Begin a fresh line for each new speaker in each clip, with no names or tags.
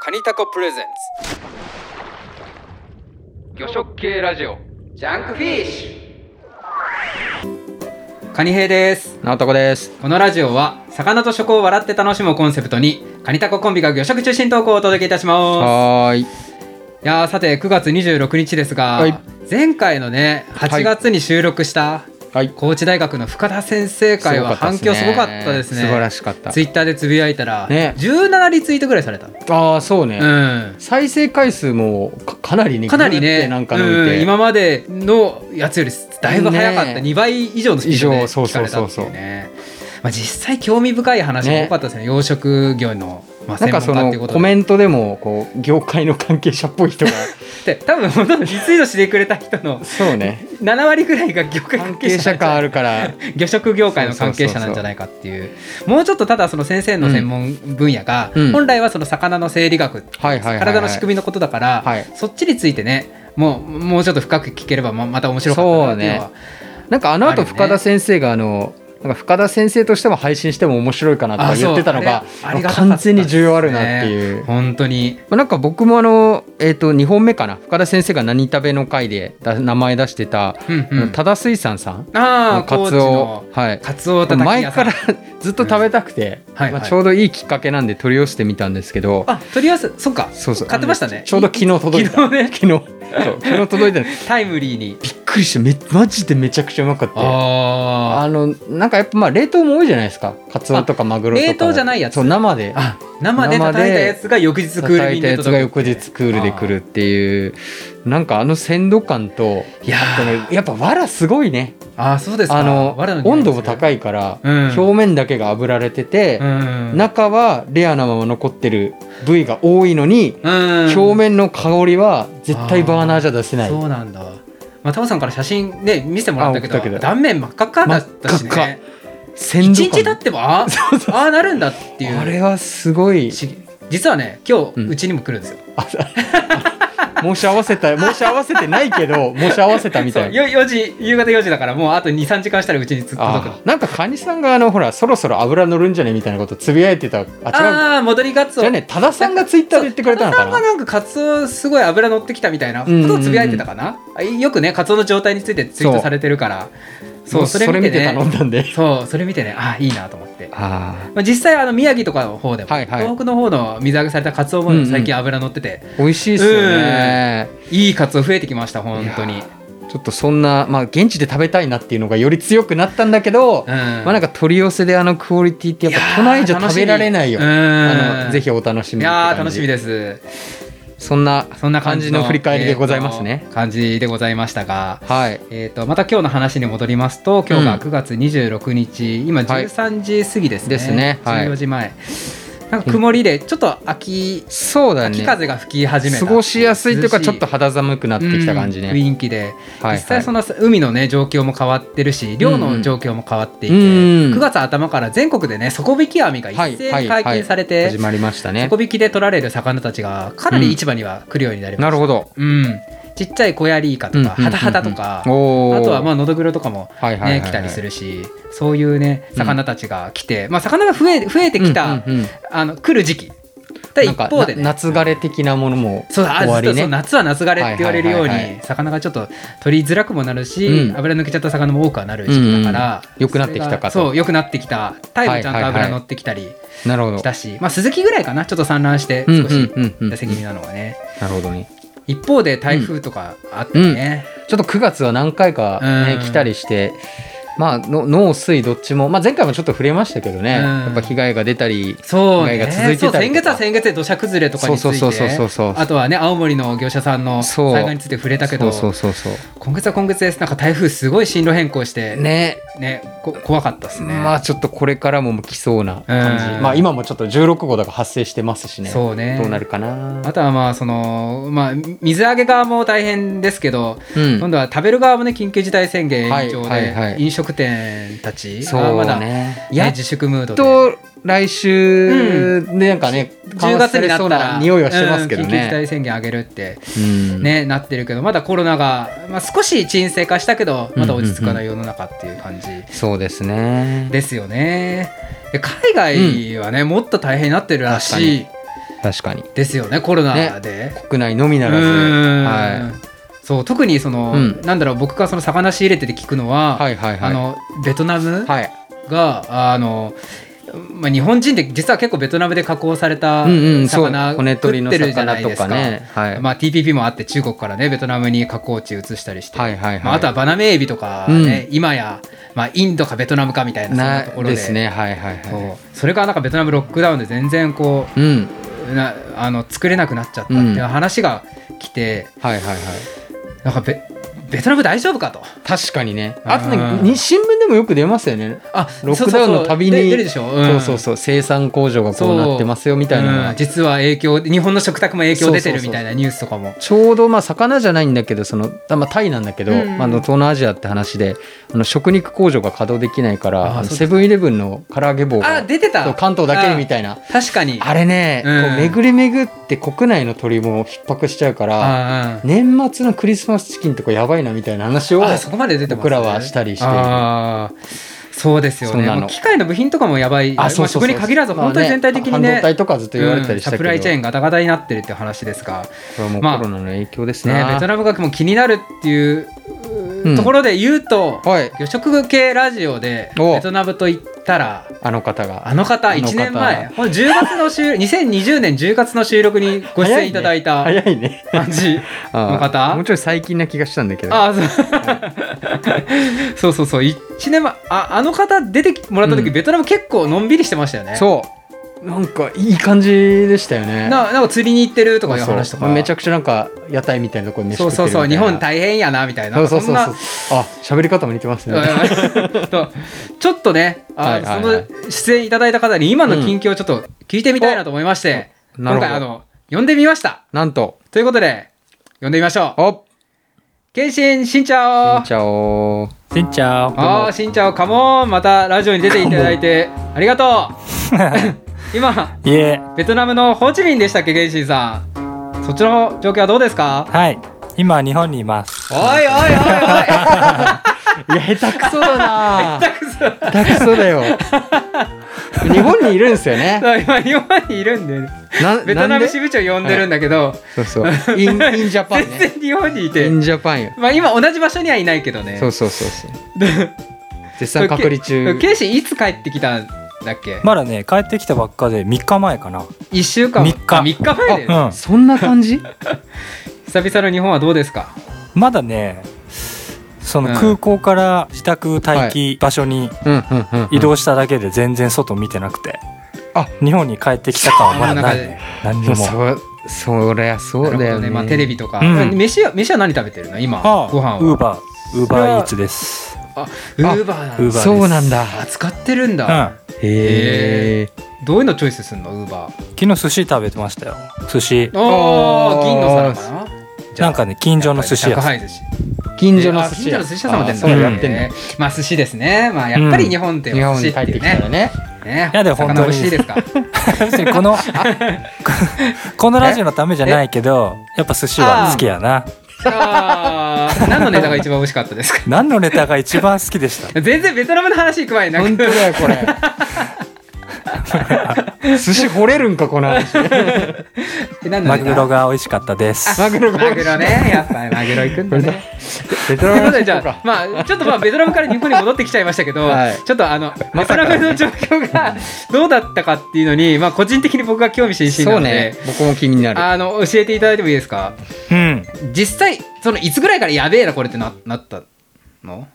カニタコプレゼンツ魚食系ラジオジャンクフィッシュカニ兵です
なおとこです。
このラジオは魚と食を笑って楽しむをコンセプトにカニタココンビが魚食中心投稿をお届けいたしま
はーい。
すいやーさて9月26日ですが、
はい
前回のね8月に収録した
はい。
高知大学の深田先生会は反響すごかったですね
素晴らしかった。
ツイッターでつぶやいたら、
ね
17リツイートぐらいされた、
ああ、そうね。
うん
再生回数もかかなりね、
かなり
ぐーっ
ね
てなんか伸びて、
うん今までのやつよりだいぶ早かった、
ね
2倍以上のスピード
以
で
上そう
聞か
そう
れたっ
そう
て
そ
いううね、まあ、実際興味深い話が多かったですね養殖業の、まあ、
なん
専
か
門
そ
家っていう
の
こと
コ
で
メントでもこう業界の関係者っぽ い人が
で多分ほとんどリツイートしてくれた人の
そうね
7割ぐらいが業界
関
関係
係
者
者感あるから
魚食業界の関係者なんじゃないかっていうもうちょっとただその先生の専門分野が、
うん
本来はその魚の生理学って
はいはいはいはい
体の仕組みのことだから、
はい
そっちについてねもうもうちょっと深く聞ければままた面白かったなっていうのは
そうなんかあの
ある
後
よね
深田先生があのなんか深田先生としても配信しても面白いかなとか
あそう
言ってたのが
あれありがたかった
完全に重要あるなっていう、
本当に
まあなんか僕もあの、えー、と2本目かな深田先生が「何食べ」の回でだ名前出してた、
うん
あ
う
の
ん
多田水産さん
ああ
のカ
高知
ツオ
の
はい
カツオたたき
前
屋さん
からずっと食べたくて、
はいはい
まあ、ちょうどいいきっかけなんで取り寄せてみたんですけど、
あとりあえずそっか
そうそう
買ってましたね
あのちょうど昨日届いた
昨日ね
昨日そう昨日届いたびっ
タイムリーに
くりしてめマジでめちゃくちゃうまかった
あ
あのなんかやっぱまあ冷凍も多いじゃないですかカツオとかマグロとか
冷凍じゃないやつ
そう生で
ーあ生で叩いたやつが翌日クール
叩
便
い
で
たやつが
届く
翌日クールで来るっていうなんかあの鮮度感と
いや
あとねやっぱ藁すごいね
ああそうですか
あの
藁匂い
温度も
で
高いから、
うん
表面だけが炙られてて
すね、うん
中はレアなまま残ってる部位が多いのに、
うん
表面の香りは絶対バーナーじゃ出せない
そうなんだまあタモさんから写真ね見せてもらったけ
あ
ど
送ったけど
断面真っ赤っかだったし
真っ赤っ
ね
鮮
一
度
日経
感
っても あーあーなるんだっていう
あれはすごい
し実はね今日
うん
うちにも来るんですよ、
申し合わせ た申し合わせてないけど申し合わせたみ
そう
たいな
よ4時夕方4時だからもうあと23時間したらうちにつ届く
あなんかカニさんがあのほらそろそろ油乗るんじゃねみたいなことつぶやいてたあ違う
ああー戻りガツオ
じゃあね多田さんがツイッターで言ってくれたのか
田中さ
なん
がなんかカツオすごい油乗ってきたみたいなことをつぶやいてたかな、あよくねカツオの状態についてツイートされてるからそう
もう
それ見てね
頼んだんで
そうそれ見てねあいいなと思って、
あ
まあ、実際あの宮城とかの方でも、
はいはい
東北の方の水揚げされたカツオも
うんうん
最近油乗ってて、
美味しいっすよね
いいカツオ増えてきました本当
い
に
やちょっとそんなまあ現地で食べたいなっていうのがより強くなったんだけど、
うん
まあなんか取り寄せであのクオリティってやっぱ都内じゃ食べられないよ
いやー楽しみ
あ
うん
のぜひお楽しみ
い
に
やー楽しみ
で
です
そんな
そんな感
感
じ
じ
の
の振り返りでございますね
えー、と感じでございましたが
はい
えー、とまた今日の話に戻りますと今日
う
が
ん
9月26日、今
はい
13時過ぎですね,、
ですねはい
14時前なんか曇りでちょっと秋,、
そうだ
秋
ね
風が吹き始めた
過ごしやすいというか
涼し
ちょっと肌寒くなってきた感じね、
うん雰囲気で、
はいはい
実際その海のね状況も変わってるし漁の状況も変わっていて、
うんうん
9月頭から全国でね底引き網が一
はい
斉
は
に
い
解禁されて、
はい、始まりましたね
底引きで取られる魚たちがかなり市場には来るようになりま
な
した、
るほど
うんちっちゃい小ヤリイカとか
うんうんうんう
ハ
ん
タハタとか、
おー
あとはまあノドグロとかも
はいはいはい
ね、
はい
来たりするしそういうね魚たちが来て、まあ、魚が増え増えてきた、
うんうんうん
あの来る時期で
なん
一
か
方でね
な夏枯れ的なものも
そうあ
終わ
ずっと
り
そう
ね
夏は夏枯れって言われるように、
はいはいはいは
魚がちょっと取りづらくもなるし、
うん
油抜けちゃった魚も多くはなる時期だから、
うんうん良くなってきたかと
それがそう良くなってきたタイもちゃんと
はいはいは
油
い
乗ってきたり
なるほど
したし、まあスズキぐらいかなちょっと産卵して
うんう
少
ん
し
うんうん
痩せ気味なのはね、
なるほどね
一方で台風とかあってね、
ちょっと9月は何回か、ね
うん
来たりして、まあ、の農水どっちも、まあ、前回もちょっと触れましたけどね、
うん
やっぱ被害が出たり
そう
被害
ね
が続い
そ
て
う
たり
先
と
月は
か
先月で土砂崩れとかについて
そうそうそうそうそう
あとはね青森の業者さんの
そう
災害について触れたけど
そうそうそうそ
今月は今月ですなんか台風すごい進路変更して
う
ね
ね
こ怖かったですね、
まあちょっとこれからも来そうな感じ、
うん
まあ今もちょっと16号だから発生してますしね
そうね
どうなるかな
あとはまあそのまあ水揚げ側も大変ですけど、
うん
今度は食べる側もね緊急事態宣言延長で、
はいはいはい
飲食店たち
そ
が
う
まだ、ね
ねやっ
自粛ムードで
と来週でなんかね、緩
10
和
月
さ
に
れ
な
そ
っ
う
たら
匂いはしてますけど
うん緊急事
ね、
態宣言上げるって
うん
ね、なってるけどまだコロナが、まあ、少し沈静化したけどまだ落ち着かない世の中っていう感じ
そうですね
ですよね。で海外はね、もっと大変になってるらしい。
確かに
ですよねコロナで、
国内のみならず、
うーん
は
そう特にその、
うん
なんだろう僕がその魚仕入れてて聞くのは、
はいはいはい
あのベトナム
い、はい、
があの、まあ、日本人って実は結構ベトナムで加工された
うんうんそう
魚
骨
食
取り
っ
の
てるじゃな
魚
い
と
です
か
か。
ねはい、
まあ、TPP もあって中国からねベトナムに加工地移したりして、
はいはいはい、
まあ、あとはバナメイエビとか、ね今や、まあ、インドかベトナムかみたいなそんな
な
ところで
ですねはいはいは
そうそれがなんかベトナムロックダウンで全然こ
いうん
うなあの作れなくなっちゃったっていう話が来て、
はいはいはい
なんかベベトナム大丈夫かと。
確かにねあとね
うん
に新聞でもよく出ますよね
あ
ロックダウンの旅に
そうそうそうで出るでしょ、ん
そうそうそう生産工場がこうなってますよみたいなの
う
が
ん実は影響日本の食卓も影響出て
そうそう
る
そう
みたいなニュースとかも
ちょうどまあ魚じゃないんだけどその、あまあ、タイなんだけど、
うん
まあ、あの東南アジアって話であの食肉工場が稼働できないか
あー
らあの
そう
セブンイレブンの唐揚げ棒
あ
が
出てた
そう関東だけみたいな
あ確かに
あれね、
うん
こう巡り巡って国内の鳥も逼迫しちゃうから
ああ
年末のクリスマスチキンとかやばいなみたいな話を
あそこまで出てます、
僕らはしたりして
ああそうですよ
そう
ね
なの
もう機械の部品とかもやばい
あそうそうそう
まあ、食に限らず本当に全体的に
まあ半
ね
導体とかずっと言われたりし
うんサ
たけ
プ
ど、
ライチェー
ン
ンガタガタになってるって話ですが、
これはもうコ
まあ
ロナの影響ですね,、
ね、ベトナムがもう気になるっていう
うん
ところで言うと、
はい
魚食系ラジオで
お
ベトナムと言ったら
あの方が
あの方
あの方
1年前この10月の 収2020年10月の収録にご出演いただいた
早いね
感じ
あー
の方
もうちょい最近な気がしたんだけど
ああそうそうそうそう1年前ああの方出てもらった時、
うん
ベトナム結構のんびりしてましたよね
そうなんかいい感じでしたよね
ななんか釣りに行ってると
そ
か
う
いう
そう
話とか
めちゃくちゃなんか屋台みたいなところに飯
そ
食
う
って
そ
る
う
みたい
そう
な
日本大変やなみたいな
そうそうそう
な
そ
ん
う
か
あ喋り方も似てます
そ
ね
んな とちょっとねあ、
はいはいはい
その出演いただいた方に今の近況をちょっと聞いてみたいなと思いまして、
うんおなる
今
ほど
回あの呼んでみました
なんと
ということで呼んでみましょう
お
謙信しんちゃお
しんちゃお
しんちゃん。
あーしんちゃおカモンまたラジオに出ていただいてありがとう今
いえ、
ベトナムのホーチミンでしたっけ謙信さんそっちの状況はどうですか
はい。今日本にいます。
おいおいおい
いや下手くそだ
おい
な下手くそだよ日本にいるんですよね
そう 今日本にいるんで
な
ベトナ
なん
ム
で
支部長呼んでるんだけど、
そうそうインインジャパン
全然
ね
日本にい
イ
て、
ンジャパンよ
まあ、今同じ場所にはいないけどね
そうそうそうそう絶賛隔離中
謙信いつ帰ってきたんだっけ、
まだね、帰ってきたばっかで3日前かな。
一週間
三日
あ三日前で、
うん。
そんな感じ
久々の日本はどうですか
まだね、その空港から自宅待機場所に
うんうんうんうん
移動しただけで全然外見てなくて。
あ
日本に帰ってきた感はまだないね。何に
もう
も。
そそりゃそ
な
う
るほ
だ
ど
よ
ね
ね
まあ、テレビとか、
うん
飯は飯は何食べてるの今
ああ、
ご飯
ウー
は
バー、ウーバーイーツです。
ウーバーなんだ
ウーバーです
そうなんだ
あ使ってるん
うん。
だ、
昨
へえ
どういうのチョイスすんのウーバー
日寿司食べてましたよ。寿司。
ああ銀の皿かな
なんかね、近所の寿司屋
宅
さん。
配寿司
近所の寿司
えーあ近所の寿司屋さんも出
あそうれ
や
や
っ
ってて
ん
ん
だ
だ
ねまあ寿司ですねまあやっぱり日本って
日
お
本
寿司
に
って
帰っ
いう
てきた
ね
らね
ね
いやでも
魚美味しい
本
ですか
別に このこのラジオのためじゃないけどやっぱ寿司は好きやな
あー何のネタが一番美味しかったですか
何のネタが一番好きでした
全然ベトナムの話行く前になん
本当
か
だよこれ寿司掘れるんかこの話
何の
マ
ネタ
グロが美味しかったです
マグロ
マグロねやっぱマグロ行くんだね
ベト
ということで
ナムの
じ
じ
ゃ
ゃ
あまあちょっとまあベトナムから日本に戻ってきちゃいましたけど、
はい
ちょっとあのベトナムの状況がどうだったかっていうのにまあ個人的に僕が興味津々
そ
な
う
ので、
ね僕も気になる
あの教えていただいてもいいですか
うん
実際そのいつぐらいからやべえなこれってななったの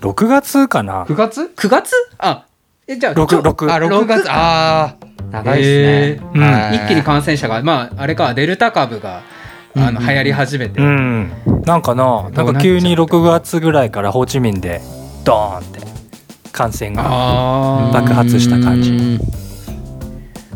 6月かな
9月
?9 月あえじゃあちょ
あ
66
6月あー長いですね、
へーうん
はい
一気に感染者がまああれかデルタ株があの流行り始めて、
うんなんかななんか急に6月ぐらいからホーチミンでドーンって感染が
ああ
爆発した感じ
うん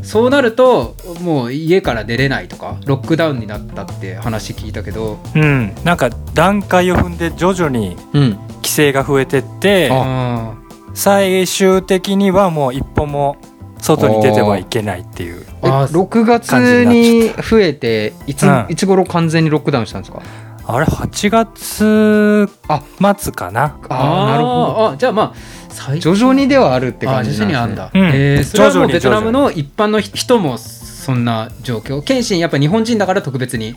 そうなるともう家から出れないとかロックダウンになったって話聞いたけど
うんなんか段階を踏んで徐々に
うん
規制が増えてって
あ
あ
最終的にはもう一歩も外に出てはいけないっていう
え
あー
6月に増えていつ,、
うん
いつ頃完全にロックダウンしたんですか
あれ8月
あ
末かな
あーなるほ
どあじゃあまあ最
ど徐々にではあるって
あ
感
徐
じ
々
なん
に
です
あ
ね
んだ、
うん
えーそれは
徐
もう
々に
ベトナムの一般の人もそんな状況謙信やっぱ日本人だから特別に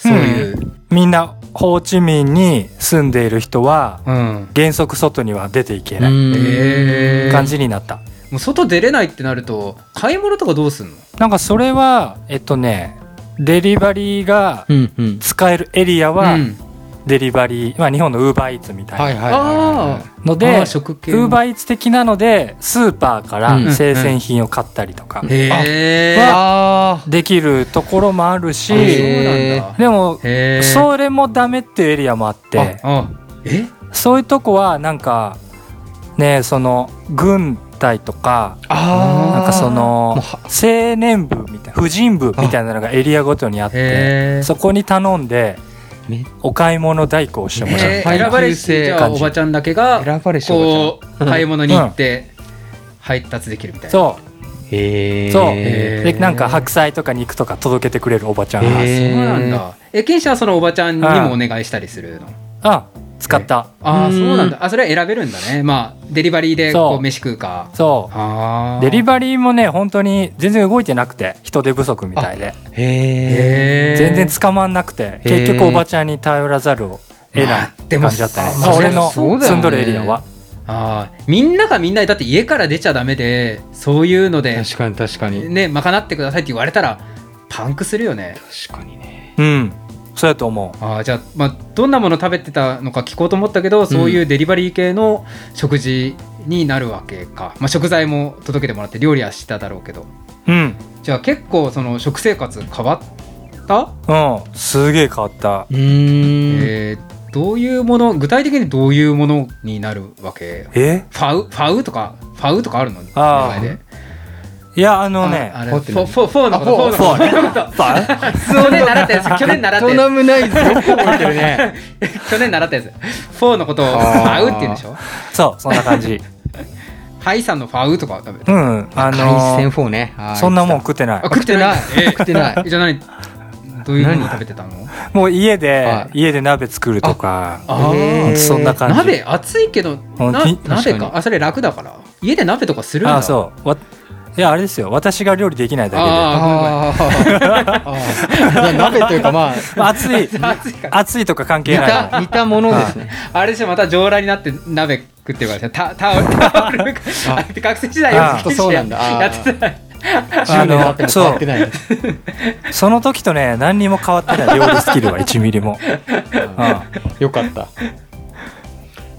そういう、
みんなホーチミンに住んでいる人は
うん
原則外には出ていけ
う
ない
ん
えー
感じになった。
もう外出れないってなると買い物とかどうすんの
なんかそれはえっとねデリバリーが
うんうん
使えるエリアは
うん
デリバリー、まあ日本のウーバーイーツみたい
はい
な
はいはい
あ
は
の
で
で、
あー
ウ
食系
ーバーイーツ的なのでスーパーか
うん
ら生鮮品を買ったりとか
へ
い
え
あ
できるところもあるし、
そうなんだ
でも
へえう
それもダメっていうエリアもあって、
あえ
そういうとこはなんかねその軍隊とか
ーあー
なんかそ
も
の
う
青年部みたいな婦人部みたいなのがエリアごとにあって
へえ
そこに頼んで
め
お買い物代行をしてもらう、
え
は
ー
い
選ばれしじゃあ
感じ
おばちゃんだけが
選ばれしお
こう買い物に行って配達できるみたいな
そ
へえ
そうう
へ
で
ー
なんか白菜とか肉とか届けてくれるおばちゃんが、
へ
そうなん
へ
だえ謙信はそのおばちゃんにもお願いしたりするの
あ使った、
あ
う
あ
ん
そうなんだあそれは選べるんだねまあデリバリーでこ
そう
う飯食うか
そ
ああ
うデリバリーもね本当に全然動いてなくて人手不足みたいで
え
へえ
全然捕まんなくて
へー
結局おばちゃんに頼らざるを得
ま
な
あ
い
でも
感じだったね、
ま
あ
まあ俺の
そうだよ
住
ね
んどるエリアは
あーみんながみんなだって家から出ちゃダメでそういうので
確かに確かに
ね賄ってくださいって言われたらパンクするよね
確かにね
うんそうやと思う
あーじゃあ,、まあどんなもの食べてたのか聞こうと思ったけどそういうデリバリー系の食事になるわけか、まあ、食材も届けてもらって料理はしただろうけど
うん
じゃあ結構その食生活変わった、
うんすげえ変わった
うーん
えーどういうもの具体的にどういうものになるわけ
え
ファウファウとかファウとかあるの
あ
名
ー
前で
いやあのね
ああれ
フ
フォ
ォって
フォフ
何
ォフォのこと
フォ
フォのこと去年習ったやつ去年習った
ベト
や
ナムナイズよく覚えてるね
つ去年習ったやつフォーのことをフ
あ
ァ
ー
ウって言うんでしょ
そうそんな感じ
ハイさんのファウとか食べ
う
て
んあ
海鮮
の
フォーねはい
そんなもん食ってない
あ食ってない
食ってない
え
食ってない
じゃあ何どういうの食べてたの
もう家で
は
家で鍋作るとか
あ
へー
そんな感じ
鍋熱いけど
うん
な
き
鍋
確か
かあそれ楽だから家で鍋とかするんだ
あそうわいやあれですよ私が料理できないだけで
あ
あーあーじゃあ鍋というかまあ
まあ熱い
熱いから
熱いとか関
似
係ない
た似たものですね
あれでしょまた上裸になって鍋食ってるからタタオルタオルあ学生時代
あ
よく
そうなんだあー
やってた
10年経っても変わってないね
その時とね何にも変わってない料理スキルは1ミリも、う
よかった
ん、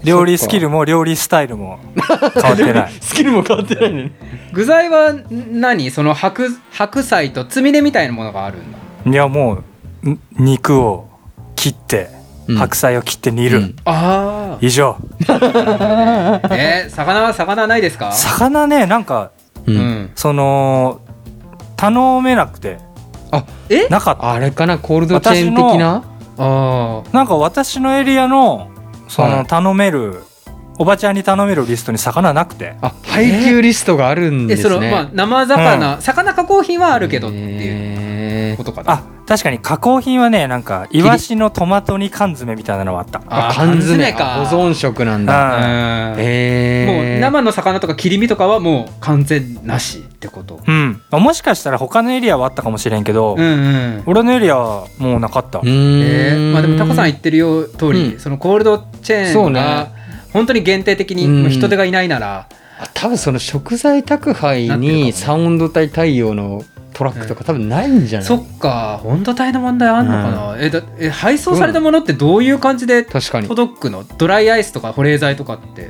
料理スキルも料理スタイルも変わっ てない
スキルも変わってないね
具材は何その白白菜とつみれみたいなものがあるんだ
いやもうん肉を切って
うん
白菜を切って煮る、
うん
あ
以上
あえー魚は魚ないですか
魚ねなんか
う
うんん
その頼めなくて
あ
え
なかった
あれかなコールドチェーン的な
あー
なんか私のエリアのそ
は
の
い
頼める、おばちゃんに頼めるリストに魚なくて
あ配給リストがあるん
え
で
そ
す
の
ね
まあ生魚、魚加工品はあるけどっていう
いう
ことかな
あ確かに加工品はねなんかイワシのトマト煮缶詰みたいなのはあった
あ
缶詰
缶
か保
詰
存食なんだ
あ
うん
へ
も
え
う生の魚とか切り身とかはもう完全なしってこと
うん、まあもしかしたら他のエリアはあったかもしれんけど、
うんうん
俺のエリアはもうなかった、
えーまあでもタコさん言ってるよ通り、
うん
そのコールドチェーンが、
そ
本当に限定的に
うん
もう人手がいないなら、
多分その食材宅配
なってるかも
に
ね
サウンド対太陽のトラックとか多分ないんじゃない
そっか温度帯の問題あんのかな、えだえ配送されたものってどういう感じで
確かに
届くのドライアイスとか保冷剤とか って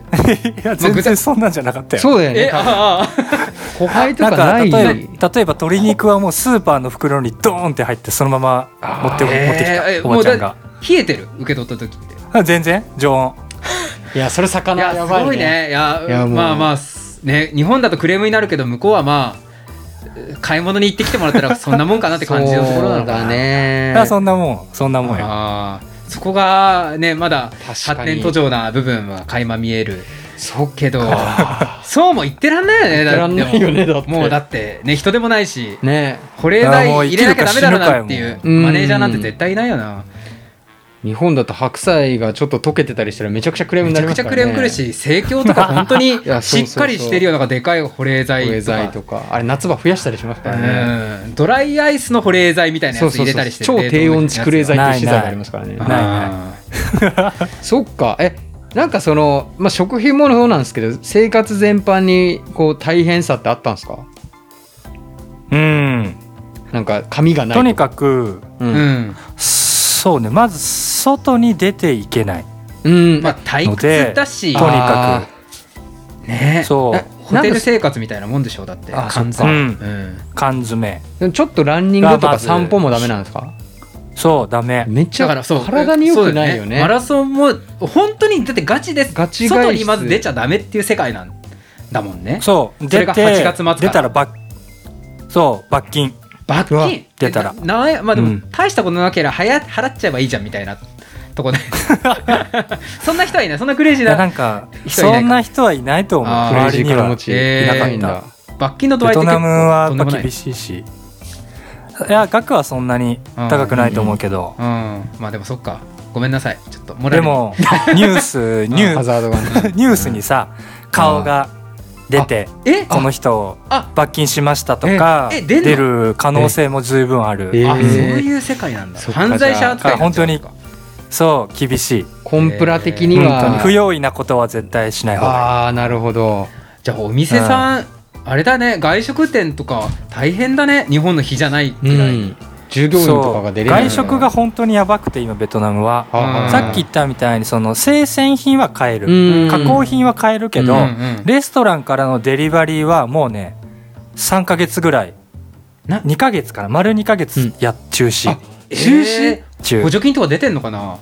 いや全然そんなんじゃなかったよ、
そうだよ
え
ね多分
ああ
小配と
なん
か
か
ない
例えば例えば鶏肉はもうスーパーの袋にドーンって入ってそのまま持って
ああ
持ってき
えーえ
た
ー
おばちゃんが
もうだ冷えてる受け取った時って
あ全然常温
いやそれ
い
魚
やすごいねいや
いやもう
まあまあすね日本だとクレームになるけど向こうはまあえー買い物に行ってきてもらっ たらそんなもんかなって感じのところなのかな
そうだね
あそんなもんそんなもんよ
あーそこがねまだ
かに
発展途上な部分は垣間見える
そう
けどそうも言ってらんないよね
やらんないよねだって
もうだってね人でもないし
ね
保冷剤入れなきゃダメだろうなってい
あーもう生きるか
う
死ぬかよもう
マネージャーなんて絶対いないよな
日本だと白菜がちょっと溶けてたりしたらめちゃくちゃクレーム
めち
にな
ゃ
りま
くち
す
ゃ
か
ク
ら、
レ
ね、
ーム来るし生協とか本 当に
やそう
し
そうそう
っかりしてるようなでかい保冷剤
保冷
と
剤
か
とかあれ夏場増やしたりしますからね、
うんドライアイスの保冷剤みたいな
そ
や
う
つ
そ
入
う
れ
そ
た
う
りして
超低温蓄冷剤っていう資材がありますからね
ない
ない
そっかえなんかその、まあ、食品もそうなんですけど生活全般にこう大変さってあったんですか
うん
なんか髪がない
とに
か
かく
う、
うんん、
そうねまず外に出ていけない
うん
まあ退屈だし
とに
あ
か
ね
くそ
え
う、
ホテル生活みたいなもんでしょうだって
あ
完
そっ
全
か
うん、
うん
缶詰
でもちょっとランニングと
が
か
まず
散歩もダメなんですか
そうダメ
めっち
だから
ゃ
そう
体に良くない
そ
よ
うだ
ね
マラソンも本当にだってガチです
ガチ外出
外にまず出ちゃダメっていう世界なんだもんね
そう
それ
出
が
て
8月末から
出たら罰そう罰金
罰
うわ
金
出たら
ななんやまあでも、
うん
大したことなければはや払っちゃえばいいじゃんみたいなとこでそんな人はいないそんなクレイジー
いやな
なん
か
人いないか
そんな人はいないと思う
あー
クレイジー
周りに
から
は
持
ベ
ち
え
い
ー
ないんだ、
罰金の度合いって
ト
結
ナムは
構
やっ
とんで
ぱ
もない
厳しいしいや額はそんなに高くないと思うけど
うんまあでもそっかごめんなさいちょっとモラ
で
ルに
もニュースニュ
ハ
ー
ザードがね
ニュースにさ顔が出て
え
この人
あ
罰金しましたとか
ええ出んの
出る可能性も十分あ
え
る
あ
ー
そういう世界なんだ
そっか
犯罪者扱いになっちゃうんですか
そう厳しい
コンプラ的に
本当に
は、
不用意なことは絶対しない方が
ああなるほど
じゃあお店さんあれだね外食店とか大変だね日本の日じゃないぐ
う
らい、
ん従
いい
業員とかが出れない
外食が本当にやばくて今ベトナムは
うん
さっき言ったみたいにその生鮮品は買える
うん
加工品は買えるけど、
うん
うん
レストランからのデリバリーはもうね3ヶ月ぐらい
な
2ヶ月かな丸2ヶ月や、中止
あ中
えー
止
中
補助金とか出てんのかな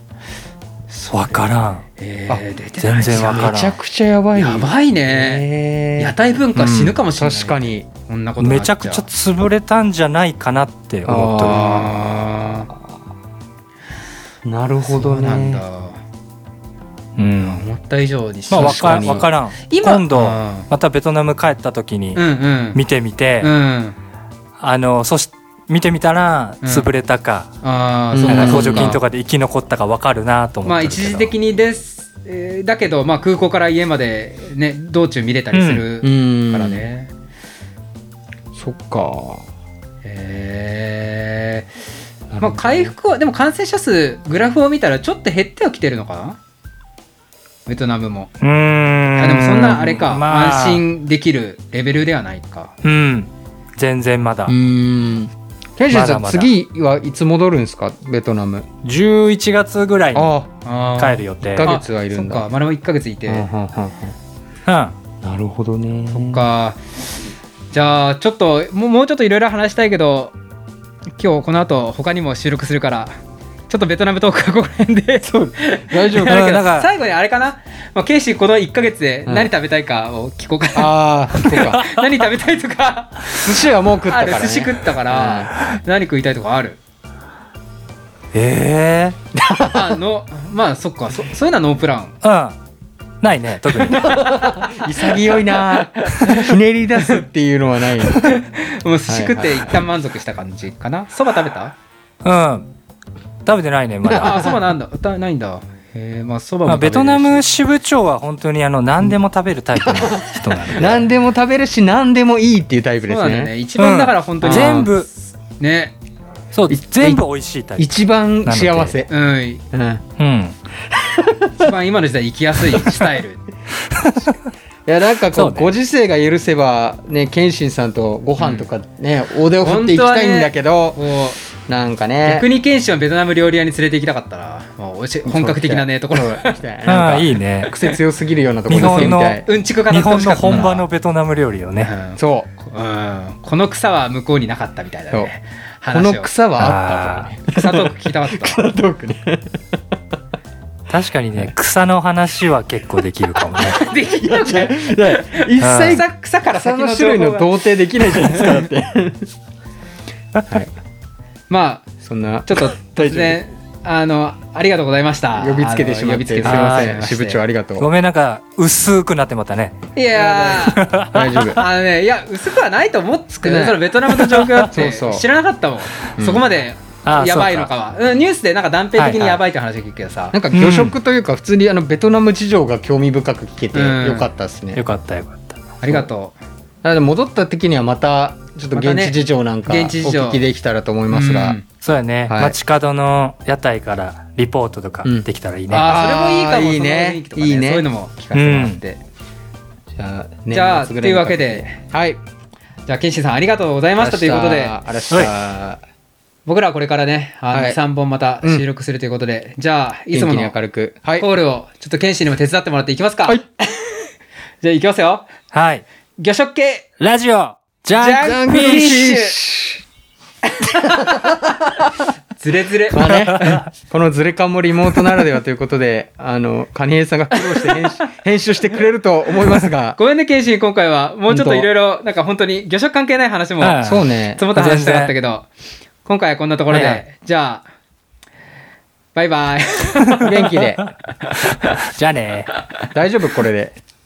そ
わからん
え
あ
ー、出てない
全然わからん
めちゃくちゃやばい
やばいね、
ね
屋台文化死ぬかもしれない、
確かに
こんなことにな
め
っ
ちゃくちゃ潰れたんじゃないかなって思っとる
あーなるほ
そ
ど
うなん
ね
だ
うん
思った以上にし
まあわ
確か
か
に
わからん
今
今度
うん
またベトナム帰った時に
うんうん
見てみて、
うん
あのそし見てみたら
うん
潰れたか、
ああ、
うん
そう
な
か
んか
そう
補助金と
か
かで生き残ったかわかるなと思っ
まあ
てるけど
一時的にです、えーだけど、まあ、空港から家まで、ね、道中見れたりする
うん
からね、
そっか
へえまあ回復はでも感染者数グラフを見たらちょっと減ってはきてるのかなベトナムも
うーん
あでもそんなあれか、
まあ
安心できるレベルではないか
うん全然まだ、
うんケイジン
ま
さ
だ
ん
まだ
次はいつ戻るんですかベトナム
11月ぐらいに
あ
あー
帰る予定
一ヶ月はいるんだ
あそっか丸も1ヶ月いて、
あ
そ
うん
なるほどね
っかじゃあちょっともうもうちょっといろいろ話したいけど今日この後他にも収録するからちょっとベトナムトークはここら辺で
大丈夫
だ
か
けど
なんか
最後にあれかな、まあ、ケイシーこの1か月で
うん
何食べたいかを聞こうかな、
ああそっか
何食べたいとか
寿司はもう食った
あ
か
る
らね
寿司食ったから何食いたいとかある
え
あのまあそっかそそういうのはノープラン
えうんないね 特に
潔いなひねり出すっていうのはない
もう寿司食って一旦満足した感じかなそば食べた
うん食べてないねまだ
あそばなんだ歌ないんだへえまあそばも
まあ、
食べ
ベ
れるし
トナム支部長は本当にあの何でも食べるタイプの人なの で
何でも食べるし何でもいいっていうタイ
そ
プで
う
す
なんだ
ね
よね一番だから本当に、
うん
全部
ね
そう
い
全部美味しいタイプ、
一番幸せ、
うん一
うん、い
うん、
番今の時代生きやすいスタイル
やなんかこ
そう
う
ね
ご時世が許せばね謙信さんとご飯とかね、おでを振っていきたいんだけど、
こ
なんか
う
ね
逆に謙信はベトナム料理屋に連れて行きたかったな、まあ、おいしい本格的なねところ
行きたいなん
あ
か
あいいね
癖強すぎるようなところ行ってみたい
うんちく語って
日
ほ
本
しか
の
ったな
本場のベトナム料理をね、
うん
そう
うんこの草は向こうになかったみたいなね
こ
話を
の草はあった
草トーク聞きたかった
とトークね
確かにね草の話は結構できるかもね
できるのかよ
いや一
う
切
ん
草草から
草
先
の
の
種
情
類
報
の
が
同定できないじゃないですかだって
まあ
そんな
ちょっと突
大丈
然あのありがとうございました
夫呼びつけてしま
あの
っ
呼び
て
つけ
すい
て
ませ
し
ん
ま
支部長ありがと
ご
う
めんなんか薄くなってまたね
いやー
大丈夫
あのねいや薄くはないと思うんですけど
ね
そのベトナムの状況だって
そうそう
知らなかったもん、
うん
そこまで
あ
やばいのかはうんニュースでなんか断片的
はいは
に
い
やばいって話を聞くけどさ
なんか魚食というか普通にあのベトナム事情が興味深く聞けて
うん
よかったですね、
よかったよかった
ありがと
なので戻った時にはまたちょっと
また
現
ね
地事情なんかお
現地事情
聞きできたらと思いうますが、
うん
そうやね、
はい
街角の屋台からリポートとかできたらいいね、
ああそれもいいか
あー
も
いいね
その雰囲気とかね
いいね
そういうのも聞かせてもらって、
じゃあ
じゃあ
年末ぐらにかけて
というわ
はい
じゃあケンシンさんありがとうございましたということで
ありがとうございました
僕らはこれからねあの
はい
3本また
うん
収録するということで、じゃあいつ
元
も
気
の
に明るくはい
コールをちょっとケンシンにも手伝ってもらっていきますか
はい
じゃあいきますよ
はい
魚食系
ラジオジャ
ジャ
ン
ン
ク
ク
フ
フィ
ィッ
ッ
シ
シ
ュ
ュ
シ
ズレズレ
ュまあね このズレ感もリモートならではということであの蟹江さんが苦労し て編集編集してくれると思いますが
ごめんねケンシン今回はもうちょっといろいろなんか本当に魚食関係ない話も
はい
積
そ うね
もった話したかったけど今回はこんなところで、
はいはい
じゃあバイバイ
元気で
じゃあね
大丈夫これで